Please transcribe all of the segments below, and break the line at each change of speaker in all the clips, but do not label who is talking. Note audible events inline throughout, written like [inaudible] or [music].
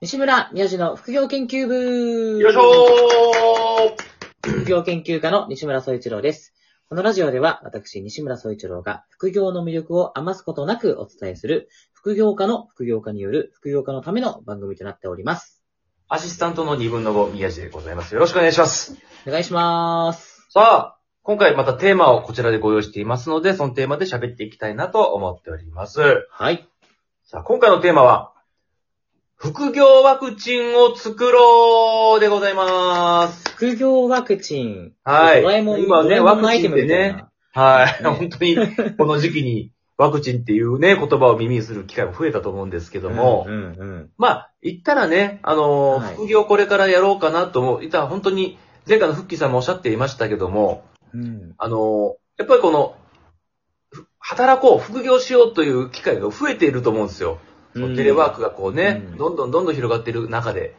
西村宮治の副業研究部
よいしょ
副業研究家の西村総一郎です。このラジオでは私、西村総一郎が副業の魅力を余すことなくお伝えする、副業家の副業家による副業家のための番組となっております。
ーアシスタントの二分の五宮地でございます。よろしくお願いします。
お願いします。
さあ、今回またテーマをこちらでご用意していますので、そのテーマで喋っていきたいなと思っております。
はい。
さあ、今回のテーマは、副業ワクチンを作ろうでございます。
副業ワクチン。
はい
ドラえもん、
今ね
ドラえもんのアイテム
ワクチン
み
ってね
たいな。
はい。
ね
本当に、この時期にワクチンっていうね、言葉を耳にする機会も増えたと思うんですけども、
うんうん
まあ、言ったらね、あのー
はい
副業これからやろうかなと思う。言ったら本当に、前回のフッキーさんもおっしゃっていましたけども、
うん。うん。
あのーやっぱりこの、ふ働こう、副業しようという機会が増えていると思うんです
う
よ。
ん
テレワークがこうね、
うん
どんどんどんどん広がっている中で。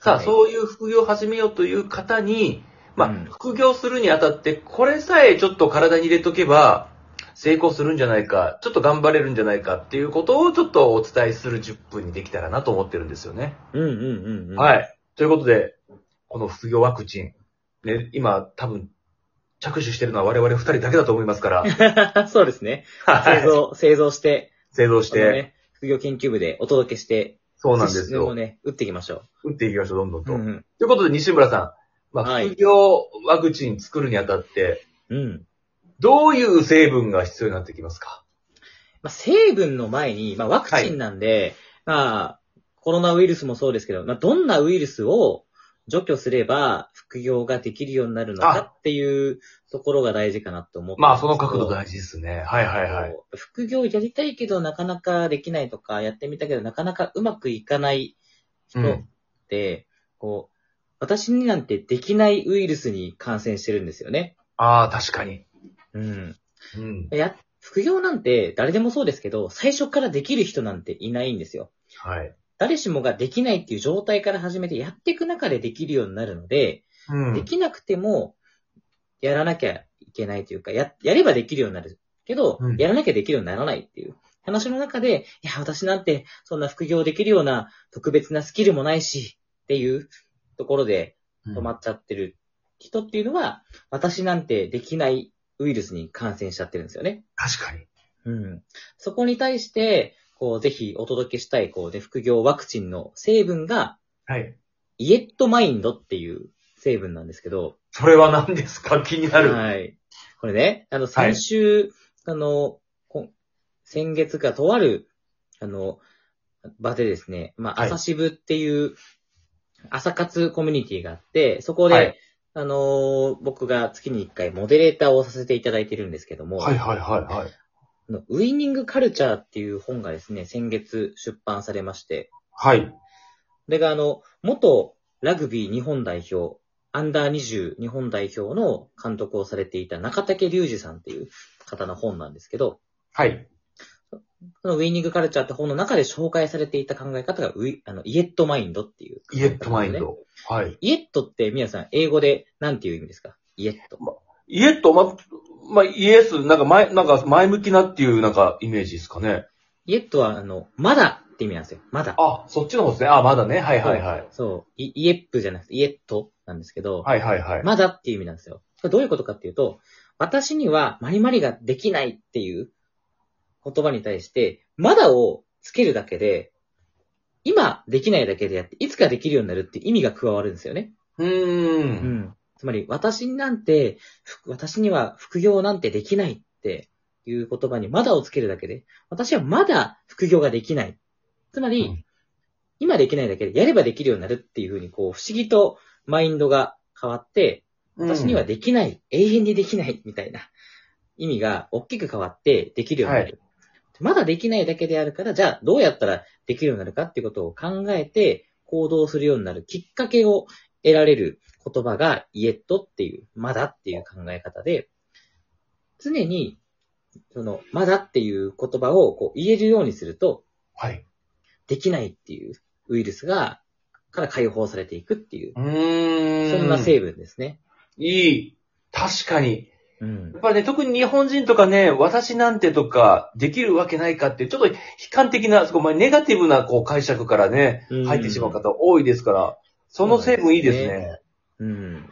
さあ、
はい
そういう副業を始めようという方に、まあ、
うん
副業するにあたって、これさえちょっと体に入れとけば、成功するんじゃないか、ちょっと頑張れるんじゃないかっていうことをちょっとお伝えする10分にできたらなと思ってるんですよね。
うんうんうんうん。い。
はい。ということで、この副業ワクチン、ね、今多分、着手してるのは我々二人だけだと思いま
[laughs]
すか
[laughs]
ら、
そうですね。製
はい
造、製造して、
製造し
あの
て、
ね、副業研究部でお届けして、
そうなんです
も
よ。
ね、打っていきましょ
打っていきましょう、どんどん
う。
と。
ん。
ということで、西村さん、ま
は
あ、
い
副業ワクチン作るにあたって、
うん。
どういう成分が必要になってきますか
まあ、成分の前に、まあ、ワクチンなんで、まあ、コロナウイルスもそうですけど、まあ、どんなウイルスを除去すれば副業ができるようになるのかっていうところが大事かなと思って
ま
ま
あ、
すけ
そ
ど。
の角度大事ですね。はいはいはい。
こう副業やりたいけどなかなかできないとか、やってみたけどなかなかうまくいかない人
う
っ
ん
て、こう、私になんてできないウイルスに感染してるんですよね。
ああ、確かに。
うん。
うん。
や、副業なんて誰でもそうですけど、最初からできる人なんていないんですよ。
はい。
誰しもができないっていう状態から始めてやっていく中でできるようになるので、
うん
できなくてもやらなきゃいけないというか、や、やればできるようになるけど、
うん
やらなきゃできるようにならないっていう話の中で、いや、私なんてそんな副業できるような特別なスキルもないしっていうところで止まっちゃってる人っていうのは、私なんてできないウイルスに感染しちゃってるんですよね。
確かに。
うん。そこに対して、こう、ぜひお届けしたい、こう、ね、副業ワクチンの成分が、
はい。
イエットマインドっていう成分なんですけど、
それは何ですか気になる。
はい。これね、あの、先週、あの、こ先月かとある、あの、場でですね、まあ、
はい
朝渋っていう、朝活コミュニティがあって、そこで、
はい
あのー僕が月に1回モデレーターをさせていただいてるんですけども、
はいはいはいはい。
あのウイニングカルチャーっていう本がですね、先月出版されまして、
はい。
これがあの、元ラグビー日本代表、アンダー20日本代表の監督をされていた中竹隆二さんっていう方の本なんですけど、
はい。
そのウイニングカルチャーって本の中で紹介されていた考え方がウイ、あの、イエットマインドっていう、
イエットマイン。ド。はい。
イエットって皆さん英語で何ていう意味ですかイエット。
イエット、ま、まあ、イエス、なんか前、なんか前向きなっていうなんかイメージですかね。
イエットはあの、まだって意味なんですよ。まだ。
あ、そっちの方ですね。あ、まだね。はいはいはい。
そう。イイエップじゃなくてイエットなんですけど、
はいはいはい。
まだっていう意味なんですよ。これどういうことかっていうと、私にはまりまりができないっていう言葉に対して、まだをつけるだけで、今できないだけでやって、いつかできるようになるっていう意味が加わるんですよね。
うーん。
ん。つまり、私なんて、ふ私には副業なんてできないっていう言葉にまだをつけるだけで、私はまだ副業ができない。つまり、
うん
今できないだけで、やればできるようになるっていうふうに、こう、不思議とマインドが変わって、私にはできない、永遠にできない、みたいな意味が大きく変わってできるようになる。まだできないだけであるから、じゃあどうやったらできるようになるかっていうことを考えて行動するようになるきっかけを得られる言葉がイエットっていう、まだっていう考え方で、常にそのまだっていう言葉をこう言えるようにすると、
はい。
できないっていうウイルスが、から解放されていくっていう、
うーん。
そんな成分ですね。
いい。確かに。
うん
やっ。ぱりね、特に日本人とかね、私なんてとか、できるわけないかっていう、ちょっと悲観的な、そこ、まあ、ネガティブなこう解釈からね、
うん
入ってしまう方多いですから、その成分いいです
そうで
ね。
うん。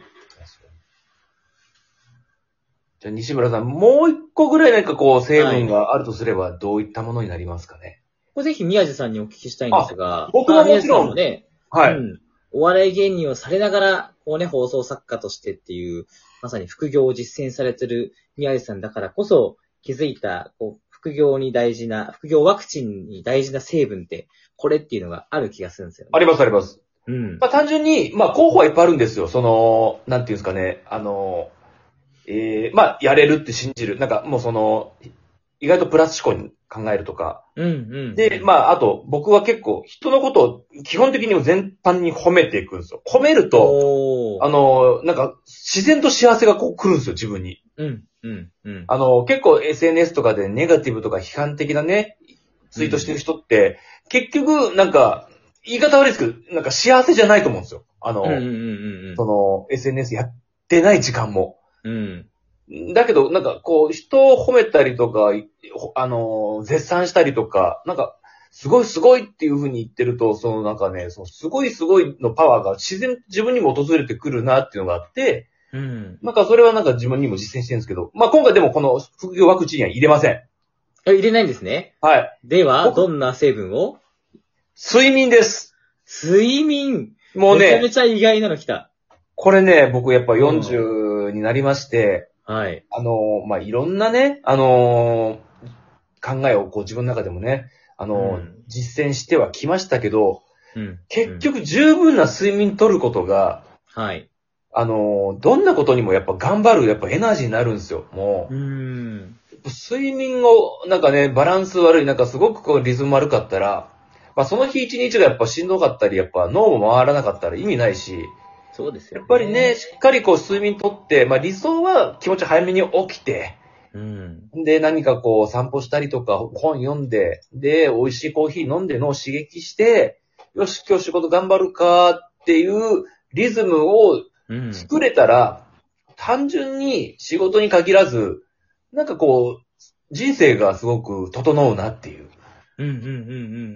じゃあ、西村さん、もう一個ぐらいなんかこう、成分があるとすれば、どういったものになりますかね。
これぜひ宮地さんにお聞きしたいんですが、
僕ももち
まあ
ろん
宮地さもね、
はい。
うん。お笑い芸人をされながら、こうね、放送作家としてっていう、まさに副業を実践されてる宮地さんだからこそ気づいた、こう、副業に大事な、副業ワクチンに大事な成分って、これっていうのがある気がするんですよね。
ありますあります。
うん。
まあ、単純に、まあ、候補はいっぱいあるんですよ。その、なんていうんですかね、あの、えー、まあ、やれるって信じる。なんか、もうその、意外とプラス思考に考えるとか、
うんうん。
で、まあ、あと、僕は結構、人のことを基本的にも全般に褒めていくんですよ。褒めると、
おー
あの、なんか、自然と幸せがこう来るんですよ、自分に。
うん、うん、うん。
あの、結構 SNS とかでネガティブとか批判的なね、ツイートしてる人って、結局、なんか、言い方悪いですけど、なんか幸せじゃないと思うんですよ。あの、
うん、うん、うんうん。
その、SNS やってない時間も。
うん。
だけど、なんかこう、人を褒めたりとか、ほあのー、絶賛したりとか、なんか、すごいすごいっていう風に言ってると、そのなんかね、そのすごいすごいのパワーが自然、自分にも訪れてくるなっていうのがあって、
うん。
なんかそれはなんか自分にも実践してるんですけど、まあ今回でもこの副業ワクチンには入れません。
え入れないんですね。
はい。
では、
僕
どんな成分を
睡眠です。
睡眠
もう
めちゃ
ね、
めちゃ意外なの来た。
これね、僕やっぱ40になりまして、
はい。
あの、まあ、いろんなね、あの考えをこう自分の中でもね、あの、
うん
実践してはきましたけど、
うん。
結局十分な睡眠取ることが、
うん。はい。
あのどんなことにもやっぱ頑張る、やっぱエナジーになるんですよ、も
うーん。
う。睡眠を、なんかね、バランス悪い、なんかすごくこうリズム悪かったら、まあ、その日一日がやっぱしんどかったり、やっぱ脳も回らなかったら意味ないし、
そうですよ、
やっぱりね、、しっかりこう睡眠取って、まあ理想は気持ち早めに起きて、
うん。
で、何かこう散歩したりとか本読んで、で、美味しいコーヒー飲んで脳を刺激して、よし、今日仕事頑張るかっていうリズムを
うん。
作れたら、単純に仕事に限らず、なんかこう、人生がすごく整うなっていう。
うん、うん、うん、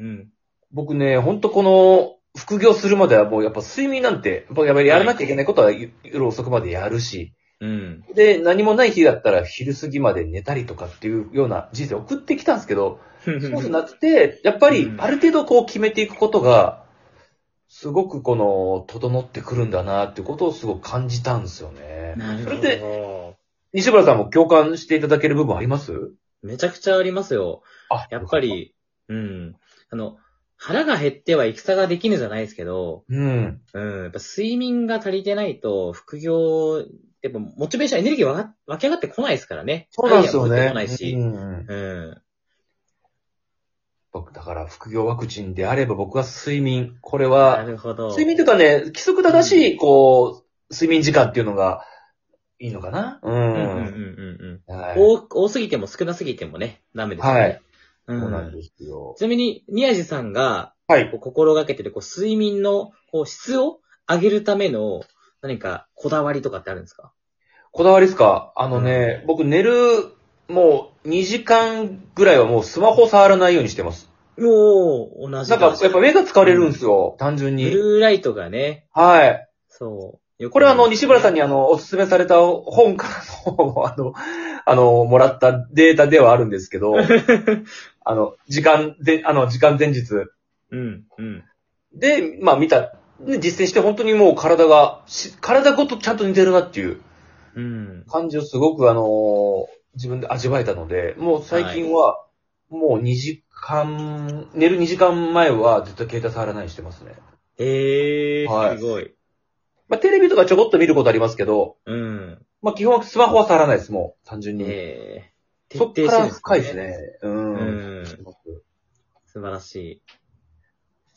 うん、
僕ね、ほんとこの、副業するまではもうやっぱ睡眠なんて、やっぱりやらなきゃいけないことは夜遅くまでやるし、
うん。うん。
で、何もない日だったら昼過ぎまで寝たりとかっていうような人生を送ってきたんですけど、
そう
そうじゃなくて、やっぱり
うん
ある程度こう決めていくことが、すごくこの、整ってくるんだなっていうことをすごく感じたんですよね。
な
それ
る
で、
ほど。
西村さんも共感していただける部分あります
めちゃくちゃありますよ。
あ
やっぱ。り、うん。あの、腹が減っては戦ができぬじゃないですけど、
うん。
うん。やっぱ睡眠が足りてないと、副業、やっぱモチベーション、エネルギーわが湧き上がってこないですからね。
そうなんですよ
アイデ
ね
アも出てこない。し。
うん
うん。
僕、だから副業ワクチンであれば僕は睡眠、これ
な
は、
るほど。
睡眠というかね、規則正しい、こう、睡眠時間っていうのが、いいのかなう
うんうんうん
ん。
うんうん。
はい
多多すぎても少なすぎてもね、ダメですよね。
はい。
うん
そうなんですよ
ち。なみに、宮地さんが
はい。
こう心がけてるこう睡眠のこう質を上げるための何かこだわりとかってあるんですか
こだわりですかあのね、僕寝る、もう2時間ぐらいはもうスマホ触らないようにしてます。
おー、同じ
な
だ。
んかやっぱ目が疲れるんですよ、単純
ブ
に。
ルーライトがね、
はい。
そう。
これはあの、西村さん
に。
にあの、おすすめされた本からの、あの、あの、もらったデータではあるんですけ [laughs] ど、あの、時間で、あの、時間前日
[laughs] うん、うん。
で、まあ見た、で実践して本当にもう体がし、体ごとちゃんと似てるなっていう。
うん。
感じをすごくあのー自分で味わえたので、もう最近は、もう2時間、寝る2時間前はずっと携帯触らないようにしてますね。
え
は
ー、
い
すごい。
まあテレビとかちょこっと見ることありますけど、
うん。
まあ基本はスマホは触らないです、もう、単純に。
えー、徹底して
そっか
るん
ら深いです。ね。う。
うんん。素晴らしい。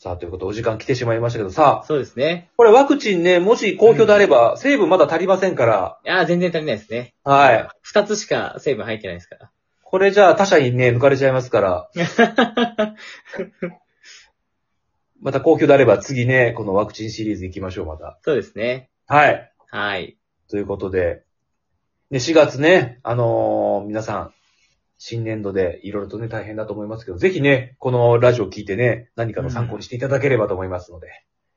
さあ、ということでお時間来てしまいましたけど、さあ、
そうですね。
これワクチンね、もし好評であれば、成分まだ足りませんから、
いやー全然足りないですね。
はい。。
二つしか成分入ってないですから。
これじゃあ他社にね、抜かれちゃいますから、また好評であれば次ね、このワクチンシリーズ行きましょう、また。
そうですね。
はい。
はい。
ということで、で、4月ね、あのー皆さん、新年度でいろいろとね、大変だと思いますけど、ぜひね、このラジオを聞いてね、何かの参考にしていただければと思いますので、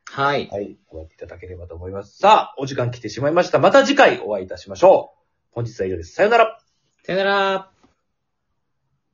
はい。
はい、頑張っていただければと思います。さあ、お時間来てしまいました。また次回お会いいたしましょう。本日は以上です。さよなら。
さよなら。